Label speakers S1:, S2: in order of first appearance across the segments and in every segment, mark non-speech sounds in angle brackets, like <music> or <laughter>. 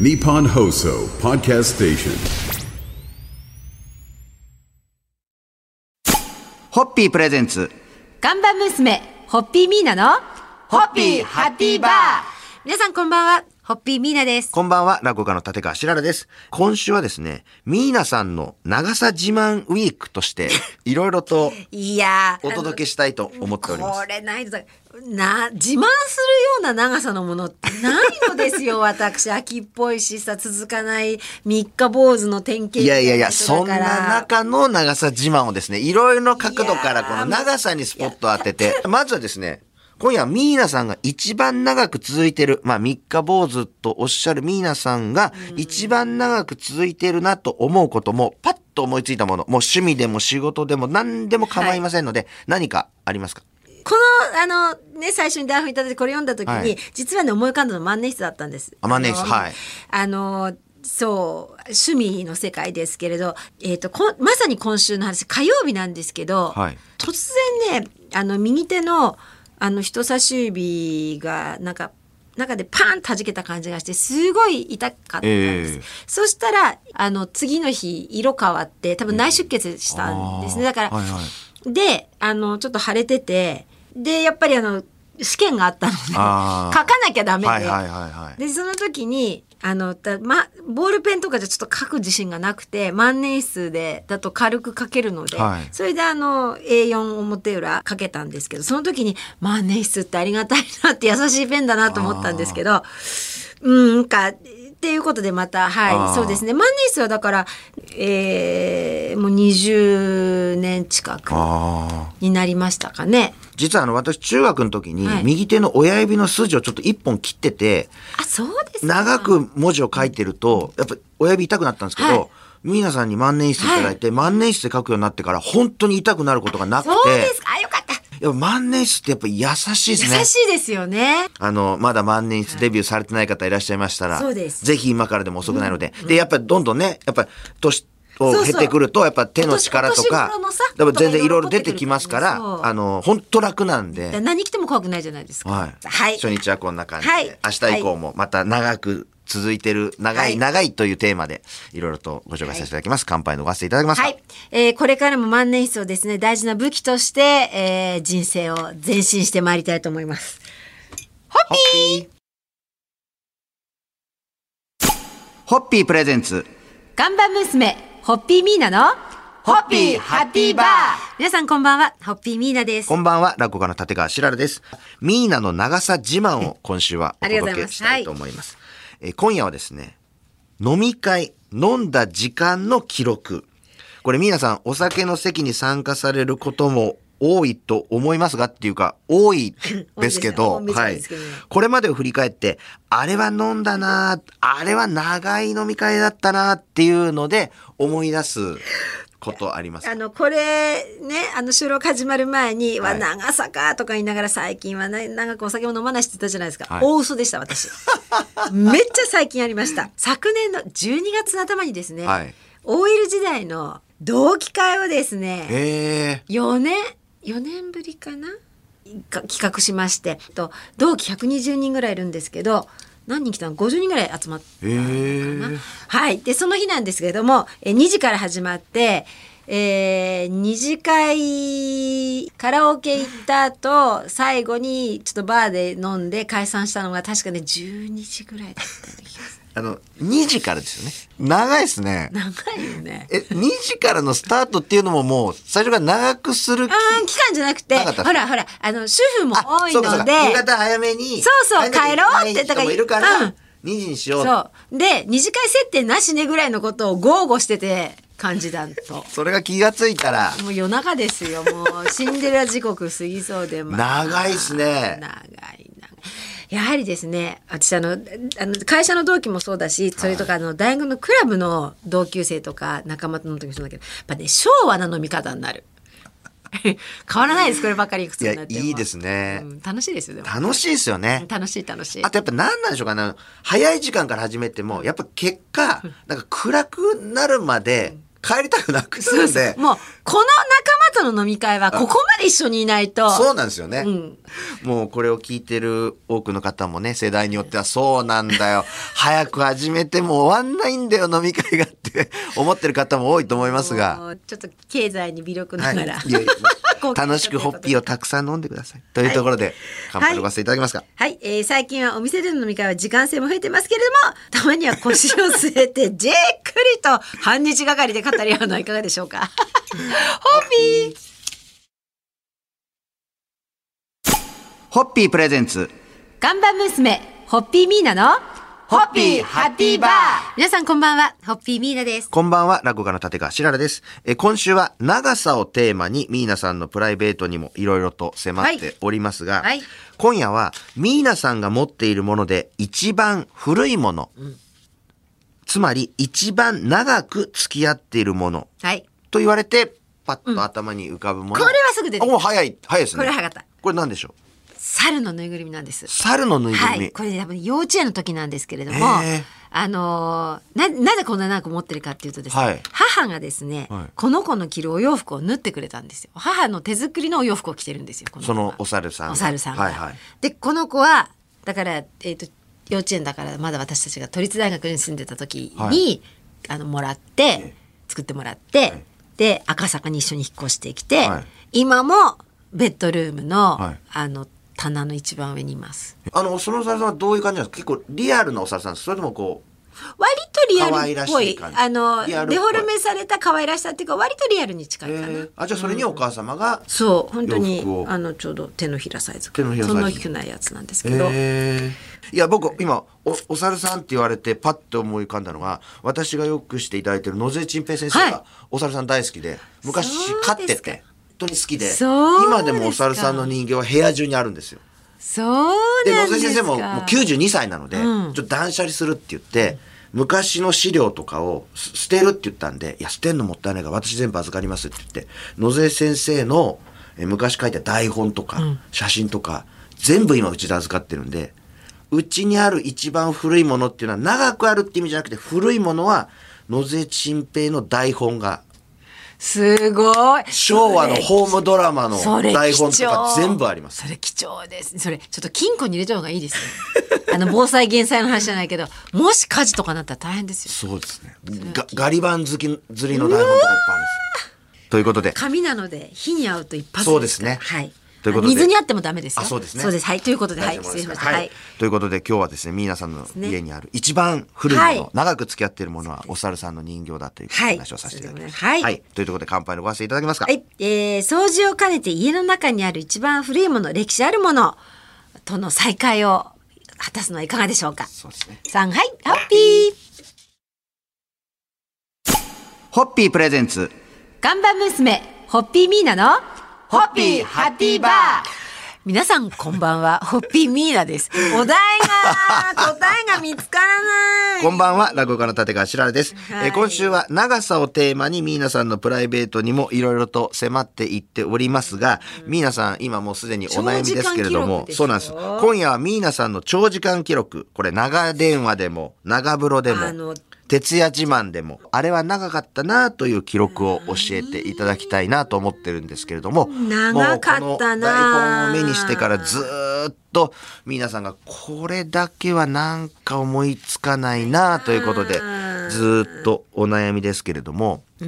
S1: Nippon Hoso Podcast Station.
S2: ホッピープレゼンツ。
S3: 看板娘、ホッピーミーナの、
S2: ホッピーハッピーバー
S3: 皆さんこんばんは、ホッピーミーナです。
S2: こんばんは、落語家の立川しららです。今週はですね、ミーナさんの長さ自慢ウィークとして、いろいろと
S3: いやー、
S2: お届け
S3: し
S2: したいと思っておりま
S3: こ
S2: す。
S3: れないと、な、自慢するような長さのものってないのです
S2: <laughs>
S3: よ、私。秋っぽいしさ、続かない、三日坊主の典型
S2: いやいやいや、
S3: みたい
S2: そん
S3: 人だから
S2: な中の長さ自慢をですね、いろいろな角度から
S3: いやー
S2: この長さにスポットを当てて、まずはですね、今夜はミーナさんが一番長く続いてる、まあ三日坊主とおっしゃるミーナさんが一番長く続いてるなと思うことも、パッと思いついたもの、もう趣味でも仕事でも何でも構いませんので、何かありますか
S3: この、あの、ね、最初に台本いただいてこれ読んだ時に、
S2: はい
S3: 実はね、思い浮かんだの万年筆だったんです。
S2: あ万年筆
S3: あの
S2: はい。
S3: あの、そう、趣味の世界ですけれど、えっ、とこん、まさに今週の話、火曜日なんですけど、
S2: はい
S3: 突然ね、あの、右手の、あの、人差し指が、なんか、中でパーンと弾けた感じがして、すごい痛かったんです。
S2: ええ
S3: そしたら、あの、次の日、色変わって、多分内出血したんですね。
S2: あー
S3: だから、
S2: はいはい
S3: であのちょっと腫れててでやっぱりあの試験があったので書
S2: あ
S3: か
S2: ー
S3: なきゃダメで,、
S2: はいはいはいはい
S3: でその時にあのだま、ボールペンとかじゃちょっと書く自信がなくて万年筆でだと軽く書けるので、
S2: はい
S3: それであの A4 表裏書けたんですけどその時に万年筆ってありがたいなって優しいペンだなと思ったんですけどうんなんかっていうことでまた
S2: あ
S3: は
S2: ー
S3: いそうですね万年筆はだから、えーもう20年近く
S2: ああ。
S3: になりましたかね。
S2: 実はあの私中学の時に
S3: はい
S2: 右手の親指の筋をちょっと一本切ってて、
S3: あ、そうですか。
S2: 長く文字を書いてるとやっぱ親指痛くなったんですけど、
S3: はい
S2: 皆さんに万年筆いただいて、万年筆で書くようになってから本当に痛くなることがなくて
S3: そうですか。あ、よかった。
S2: やっぱ万年筆ってやっぱ優しいですね
S3: 優しいですよね。
S2: あの、まだ万年筆デビューされてない方いらっしゃいましたら、
S3: そうです
S2: ぜひ今からでも遅くないので。で、やっぱりどんどんね、やっぱり年を経てくると、やっぱ手の力とか
S3: お年頃のさ、
S2: やっぱ全然いろいろ出てきますか
S3: そう
S2: ら、あの、ほんと楽なん
S3: だから
S2: で、
S3: 何着ても怖くないじゃないですか。
S2: はい。
S3: はい。
S2: 初日はこんな感じで、
S3: はい
S2: 明日以降もまた長く続いてる、長い、
S3: はい
S2: 長いというテーマで、いろいろとご紹介させていただきます。乾杯のごわせていただきますか。
S3: はい。えーこれからも万年筆をですね、大事な武器として、えー人生を前進してまいりたいと思います。
S2: ホッピーホッピープレゼンツ。
S3: 看板娘、ホッピーミーナの、
S2: ホッピーハッピーバー
S3: 皆さんこんばんは、ホッピーミーナです。
S2: こんばんは、落語家の立川しららです。ミーナの長さ自慢を今週はお
S3: ありがとう
S2: 届け
S3: ございます
S2: したいと思います。えー今夜はですね、飲み会、飲んだ時間の記録。これミーナさん、お酒の席に参加されることも多いと思いますがっていうか、多
S3: <laughs>
S2: いですけど、
S3: 多いですね
S2: は
S3: 多い
S2: い
S3: ですけどね。
S2: これまでを振り返って、あれは飲んだなぁあれは長い飲み会だったなぁっていうので思い出すことありますか
S3: <laughs> あのこれねあの収録始まる前に「
S2: は
S3: はい長さか」とか言いながら最近は、ね、長くお酒も飲まないしって言ったじゃないですか、
S2: はい
S3: 大嘘でした <laughs> 私めっちゃ最近ありました昨年の12月の頭にですね、
S2: はい
S3: OL 時代の同期会をですね
S2: え
S3: 4年4年ぶりかなか企画しましてと同期120人ぐらいいるんですけど何人来たの50人ぐらい集まって
S2: ー、えー。
S3: はい。で、その日なんですけれども、えー2時から始まって、えー、2次会、カラオケ行った後、最後にちょっとバーで飲んで解散したのが確かね、12時ぐらいだったような気がす
S2: あの、2時からですよね。長いですね。
S3: る長いよね。
S2: え、2時からのスタートっていうのももう、最初から長くする気。
S3: うん、期間じゃなくて、
S2: なかった
S3: ほらほら、あの、主婦も
S2: あ
S3: 多いので、
S2: そうかそうか夕方早めに。
S3: そうそう帰ろうって
S2: だから。いるか
S3: う
S2: ら、
S3: ん
S2: 2時にしよう。
S3: そう。で、二次会設定なしねぐらいのことを豪語してて、感じだと。
S2: それが気がついたら、
S3: もう夜中ですよ。もうシンデレラ時刻過ぎそうで、まあ
S2: 長いっすね
S3: 長い長い。やはりですね、私あのあの会社の同期もそうだし、それとかあの大学のクラブの同級生とか仲間との時もそうだけど、やっぱね昭和な飲み方になる。 <laughs> 変わらないですこればっかりいくつ
S2: い
S3: に
S2: や
S3: なっ、ても。
S2: いいですね
S3: う。ん楽しいですよでも。
S2: 楽しいですよね。
S3: 楽しい楽しい。
S2: あとやっぱ何なんでしょうかねあの早い時間から始めてもやっぱ結果なんか暗くなるまで帰りたくなく
S3: そ
S2: な
S3: う
S2: るん
S3: そう
S2: で。
S3: もう、この仲間との飲み会は、ここまで一緒にいないと。
S2: そうなんですよね、
S3: うん
S2: もうこれを聞いてる多くの方もね、世代によってはそうなんだよ。 <laughs> 早く始めても終わんないんだよ、飲み会がって <laughs> 思ってる方も多いと思いますが。
S3: もうちょっと経済に微力
S2: は
S3: ないがら。
S2: いや
S3: <laughs>
S2: いや
S3: 貢献
S2: 楽しくホッピーをたくさん飲んでください。というところで、乾杯をさせていただきますか。
S3: はい、えー最近はお店での飲み会は時間制も増えてますけれども、たまには腰を据
S2: <laughs>
S3: えてじっくりと半日がかりで語り合うのはいかがで
S2: <laughs>
S3: しょうか。ホッピー
S2: ホッピープレゼンツ。
S3: 看板娘、ホッピーミーナの、
S2: ホッピーハッピーバー
S3: 皆さんこんばんは、ホッピーミーナです。
S2: こんばんは、落語家の立川しららです。えー、今週は長さをテーマに、ミーナさんのプライベートにもいろいろと迫っておりますが、
S3: はいはい
S2: 今夜は、ミーナさんが持っているもので、一番古いもの、つまり一番長く付き合っているもの
S3: はい。
S2: と言われて、パッと頭に浮かぶもの。
S3: これはすぐ出てくる
S2: あもう早い、早いですね。
S3: これは早かった。
S2: これ何でしょう
S3: 猿のぬいぐるみなんです。
S2: 猿のぬいぐるみ。
S3: はい、これね多分幼稚園の時なんですけれども、
S2: へえ
S3: あのーななぜこんな長く持ってるかっていうとですね、
S2: はい
S3: 母がですね、
S2: はい
S3: この子の着るお洋服を縫ってくれたんですよ。母の手作りのお洋服を着てるんですよ。この子
S2: そ
S3: は
S2: のお猿さんが
S3: お猿さんが。
S2: はいはい
S3: でこの子はだからえっ、と幼稚園だからまだ私たちが都立大学に住んでた時に、
S2: はい
S3: あのもらって作ってもらって、で赤坂に一緒に引っ越してきて、
S2: はい
S3: 今もベッドルームの、
S2: はい
S3: あの棚の一番上にいます。
S2: あの、そのお猿さんはどういう感じなんですか結構リアルなお猿さんですそれともこう、
S3: 割とリアルっぽい
S2: 可愛らしい感じ
S3: あの
S2: リアルっぽい
S3: デフォルメされた可愛らしさっていうか割とリアルに近いかな、
S2: えーあ、じゃあそれにお母様が、
S3: そう本当に
S2: 洋服を
S3: あのちょうど手のひらサイズ
S2: 手のひらサイズ
S3: そんな大きくないやつなんですけど、
S2: へーいや僕今おお猿さんって言われてパッと思い浮かんだのが私がよくしていただいてる野添陳平先生が、
S3: はい
S2: お猿さん大好きで昔
S3: そうですか
S2: 飼ってて本当に好きで
S3: そうです
S2: 今
S3: か
S2: でもお猿さんの人形は部屋中にあるんですよ。
S3: そう
S2: で野
S3: なんで
S2: 添
S3: す
S2: 先生
S3: か
S2: ももう92歳なので、
S3: うん
S2: ちょっと断捨離するって言って。昔の資料とかをす捨てるって言ったんで、いや、捨てんのもったいないから私全部預かりますって言って、野添先生のえ昔書いた台本とか、写真とか、全部今うちで預かってるんで、うちにある一番古いものっていうのは長くあるって意味じゃなくて、古いものは野添陳平の台本が、
S3: すごい
S2: 昭和のホームドラマの
S3: それ
S2: 台本と
S3: 貴
S2: か
S3: 重
S2: 全部あります。
S3: それ貴重ですそれちょっと金庫に入れた方がいいですよ <laughs> あの防災減災の話じゃないけどもし火事とかなったら大変ですよ
S2: そうですね。がガリ版好きずりの台本とかいっぱいあるんですよ。ということで、
S3: 紙なので火に合うと一発から
S2: そうですね
S3: はい
S2: ということで
S3: 水にあってもダメですよ
S2: あそうですね
S3: そうですはいということではい
S2: 大丈夫
S3: 失
S2: です
S3: 礼し
S2: か
S3: ましたはい、
S2: ということで今日はですね、ミーナさんの
S3: ね
S2: 家にある一番古いもの、
S3: はい
S2: 長く付き合っているものはお猿さんの人形だという
S3: はい
S2: 話をさせていただきました。
S3: はい
S2: というところで乾杯のごわせていただけますか。
S3: はい、えー掃除を兼ねて家の中にある一番古いもの、歴史あるものとの再会を果たすのはいかがでしょうか。
S2: そうですね。
S3: さん、はい、ハッピー。
S2: ホッピープレゼンツ。
S3: 看板娘、ホッピーミーナの、
S2: ホッピーハッピーバー
S3: 皆さんこんばんは、 <laughs> ホッピーミーナです。お題が、答えが見つからない。
S2: こんばんは、落語家の立川しららです、
S3: はい
S2: えー今週は長さをテーマにミーナさんのプライベートにもいろいろと迫っていっておりますが、ミーナさん今もうすでにお悩みですけれども
S3: 長時間記録、ですよ
S2: そうなんです。今夜はミーナさんの長時間記録、これ長電話でも、長風呂で
S3: あ
S2: も
S3: の、
S2: 徹夜自慢でも、あれは長かったなという記録を教えていただきたいなと思ってるんですけれども、
S3: 長かったな
S2: もうこの台本を目にしてからずーっと皆さんがこれだけはなんか思いつかないなということでず
S3: うん
S2: ーっとお悩みですけれども
S3: う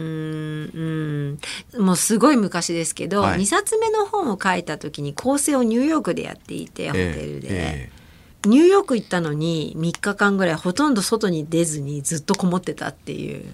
S3: ーんうんもうすごい昔ですけど、
S2: はい
S3: 2冊目の本を書いた時に構成をニューヨークでやっていてホテルで、ニューヨーク行ったのに3日間ぐらいほとんど外に出ずにずっとこもってたっていう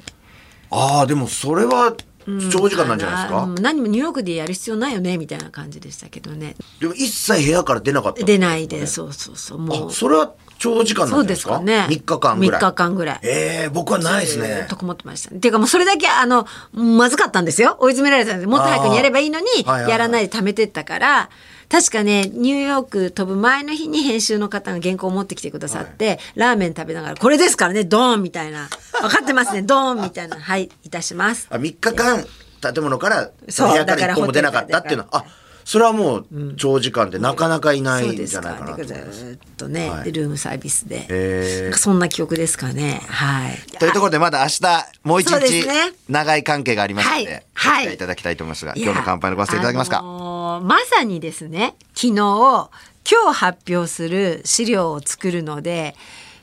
S2: ああでもそれは長時間なんじゃないですか、
S3: うん何もニューヨークでやる必要ないよねみたいな感じでしたけどね
S2: でも一切部屋から出なかった
S3: 出ないでそうそうそうも
S2: あ
S3: う
S2: それは長時間
S3: そ
S2: な
S3: うん
S2: じゃないで
S3: ですす
S2: か
S3: かね
S2: 3日間ぐらい
S3: 3日間ぐらい
S2: ええ僕はないです
S3: ず
S2: ね
S3: っとこもってました。っていうかもうそれだけあのまずかったんですよ追い詰められてたんですもっと早くにやればいいのに
S2: あーはいはいはい
S3: やらないで貯めてったから、確かねニューヨーク飛ぶ前の日に編集の方が原稿を持ってきてくださって、ラーメン食べながら「これですからねドーン!」みたいな「分かっ
S2: <laughs>
S3: てますねドーン!」みたいな「はいいたします」
S2: あ3日間建物から
S3: そう
S2: 部屋か
S3: だからら
S2: 一歩も出なかったっていうのは
S3: ホ
S2: あ
S3: テルから
S2: それはもう長時間でなかなかいないんじゃないかな
S3: そう
S2: と
S3: です
S2: 思いま
S3: かだから
S2: す。
S3: ずっとね、
S2: はい
S3: でルームサービスで、
S2: えー
S3: なんかそんな記憶ですかねはい
S2: というところでまだ明日もう一
S3: そうで
S2: 日
S3: すね
S2: 長い関係がありますの
S3: は
S2: で
S3: い、はい
S2: お付き合いいただきたいと思いますが、
S3: いや
S2: 今日の乾杯のご挨拶いただけますか、
S3: あのーまさにですね昨日今日発表する資料を作るので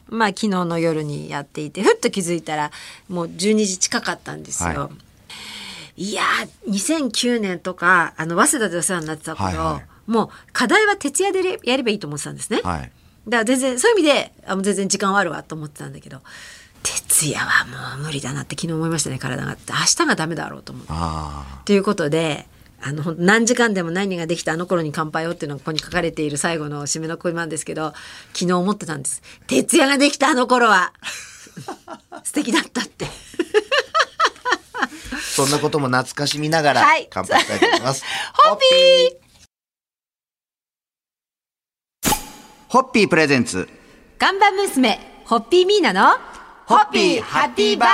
S3: まあ昨日の夜にやっていてふっと気づいたらもう12時近かったんですよ。、
S2: はい
S3: やー2009年とかあの早稲田でお世話になってた頃、
S2: はいは
S3: もう課題は徹夜でれやればいいと思ってたんですね。
S2: はい
S3: だから全然そういう意味であもう全然時間はあるわと思ってたんだけど徹夜はもう無理だなって昨日思いましたね体が明日がダメだろうと思って。
S2: あ
S3: ということであのほんと何時間でも何ができたあの頃に乾杯をっていうのがここに書かれている最後の締めの声なんですけど昨日思ってたんです徹夜ができたあの頃は <laughs> 素敵だったって
S2: ーそんなことも懐かしみながら
S3: はい
S2: 乾杯したいと思います。
S3: <laughs> ホッピー
S2: ホッピープレゼンツ。
S3: ガンバ娘ホッピーミーナの
S2: ホッピーハッピーバー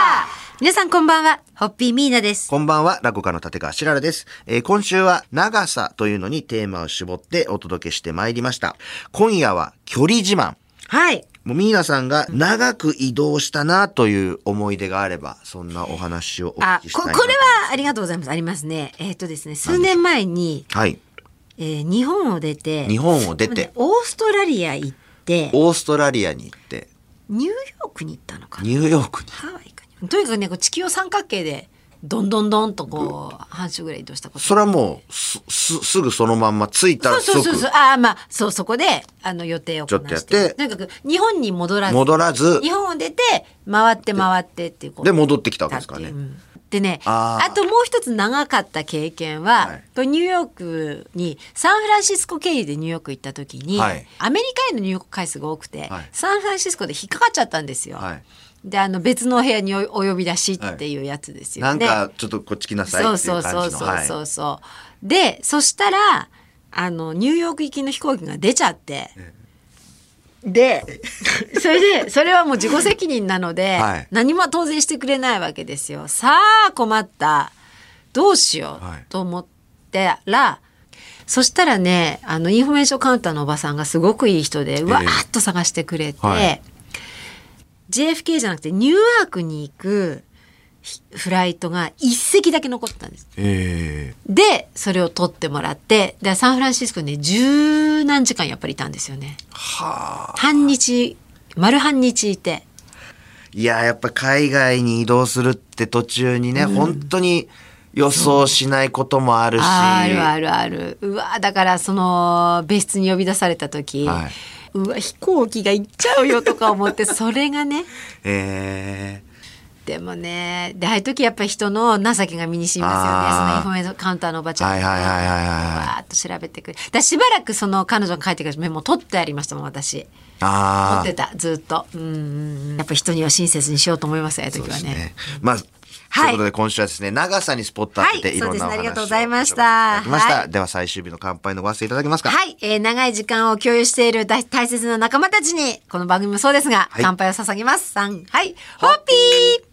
S3: 皆さんこんばんはホッピーミーナです
S2: こんばんは、落語家の立川しららです。えー今週は長さというのにテーマを絞ってお届けしてまいりました。今夜は距離自慢。
S3: はい
S2: もうミーナさんが長く移動したなという思い出があれば、そんなお話をお聞
S3: あ
S2: きしたい
S3: こ
S2: な
S3: ことれはありがとうございますありますねえーっ、とですね数年前に、
S2: はい。
S3: えー日本を出て
S2: 日本を出て
S3: で、オーストラリア行って
S2: オーストラリアに行って、
S3: ニューヨークに行ったのかな
S2: ニューヨークに。
S3: ハワイかにとにかくねこう地球を三角形でどんどんどんとこう半周ぐらい移動したこと
S2: それはもう、す、す、すぐそのまんま着いた
S3: そう
S2: らす
S3: そうそうそう
S2: ぐ
S3: ああまあそうそこであの予定をこなし
S2: ち
S3: て
S2: ょっとやって
S3: とにかく日本に戻らず
S2: 戻らず、
S3: 日本を出て回って回ってっていうこと
S2: で戻ってきたわけですからね
S3: う。んでね
S2: あ
S3: あ
S2: ー
S3: ともう一つ長かった経験は、
S2: はい
S3: これニューヨークにサンフランシスコ経由でニューヨーク行った時に、
S2: はい
S3: アメリカへの入国回数が多くて、
S2: はい
S3: サンフランシスコで引っかかっちゃったんですよ。
S2: はい
S3: であの別のお部屋におお呼び出しっていうやつですよ
S2: なん
S3: ね。
S2: か、ちょっとこっち来なさい
S3: そう
S2: ってい
S3: そううそ
S2: 感
S3: う
S2: じの。
S3: そう
S2: はい
S3: そうそう、でそしたらあのニューヨーク行きの飛行機が出ちゃって、で <laughs> それでそれはもう自己責任なので、
S2: はい
S3: 何も当然してくれないわけですよさあ困ったどうしよ
S2: はいう
S3: と思ってら、そしたらねあのインフォメーションカウンターのおばさんがすごくいい人でうわーっと探してくれて、
S2: はい
S3: JFK じゃなくてニューアークに行くひフライトが一席だけ残ったんです。
S2: え
S3: でそれを取ってもらってでサンフランシスコにね十何時間やっぱりいたんですよね。
S2: ーはあ。
S3: 半日丸半日いて
S2: いや、やっぱ海外に移動するって途中にね、本当に予想しないこともあるし。
S3: あるあるあるうわだからその別室に呼び出された時、
S2: はいう
S3: わ飛行機が行っちゃうよとか思ってそれがね
S2: え
S3: でもねでああいう時やっぱり人の情けが身にしみますよねそのイ
S2: あー
S3: ンフォメーションカウンターのおばち
S2: ー
S3: ゃん
S2: はいはいはいはいはいはい。
S3: わーっと調べてくれだからしばらくその彼女が帰ってくるメモ取ってありましたもん私。持
S2: あ
S3: っ
S2: あ。
S3: てたずっとうんうんうんやっぱ人には親切にしようと思いますああいう時はね
S2: ねまあ、
S3: はい
S2: ということで今週はですね、長さにスポット当てて
S3: はい
S2: いろんなお話を
S3: そうですねありがとうございました
S2: ご紹介いただきました
S3: は
S2: では最終日の乾杯のご挨拶いただけますか。
S3: はい、えー長い時間を共有している大大切な仲間たちにこの番組もそうですが、
S2: はい
S3: 乾杯を捧げますさんはいホッピー